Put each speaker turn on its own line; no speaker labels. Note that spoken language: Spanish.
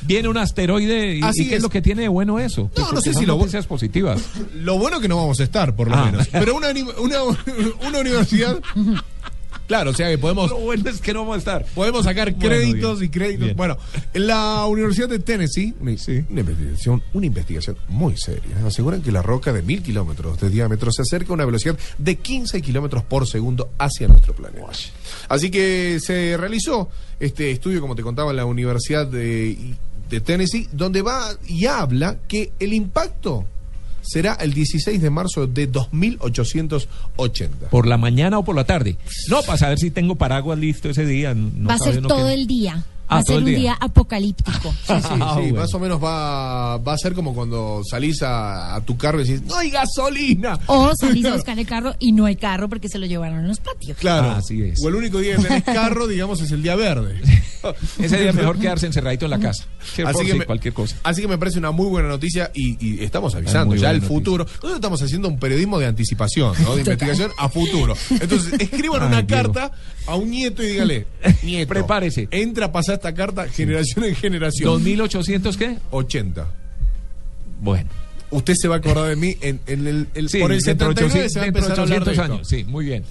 Viene un asteroide y,
Así
y qué es.
es.
lo que tiene de bueno eso. Pues
No, no sé
son
si lo bu-
noticias positivas.
Lo bueno que no vamos a estar, por lo
Ah.
menos. Pero una, uni- una, una universidad. Claro, o sea que podemos.
Lo bueno es que no vamos a estar.
Podemos sacar
Bueno,
créditos
bien.
y créditos.
Bien.
Bueno, en la Universidad de Tennessee, una, una investigación, una investigación muy seria. Aseguran que la roca de mil kilómetros de diámetro se acerca a una velocidad de 15 kilómetros por segundo hacia nuestro planeta. Así que se realizó este estudio, como te contaba, en la Universidad de, de Tennessee, donde va y habla que el impacto será el 16 de marzo de 2880.
¿Por la mañana o por la tarde? No, para saber si tengo paraguas listo ese día. no
va a
sabe
ser
uno
todo
qué-
el día.
Ah,
va a
todo
ser
el
un
día.
día apocalíptico.
Sí, sí,
Ah,
sí,
bueno.
más o menos va, va a ser como cuando salís a, a tu carro y decís, ¡no hay gasolina!
O salís a buscar el carro y no hay carro porque se lo llevaron en los patios.
Claro,
Ah, Así es.
o el único día que tenés carro, digamos, es el día verde.
Ese día es mejor quedarse encerradito en la casa. Que por si
me-
cualquier cosa.
así que me parece una muy buena noticia y, y estamos avisando
muy
ya
buena
el
noticia.
futuro. Nosotros estamos haciendo un periodismo de anticipación, ¿no? de investigación a futuro. Entonces, escriban
Ay,
una
Diego.
carta a un nieto y dígale, nieto,
Prepárese.
entra, pasa esta carta generación en generación.
2800 qué?
80.
Bueno.
Usted se va a acordar de mí en, en el, el- por el
dentro de
79
800
se va a
dentro de
empezar a hablar de
800
esto.
años. Sí, muy bien.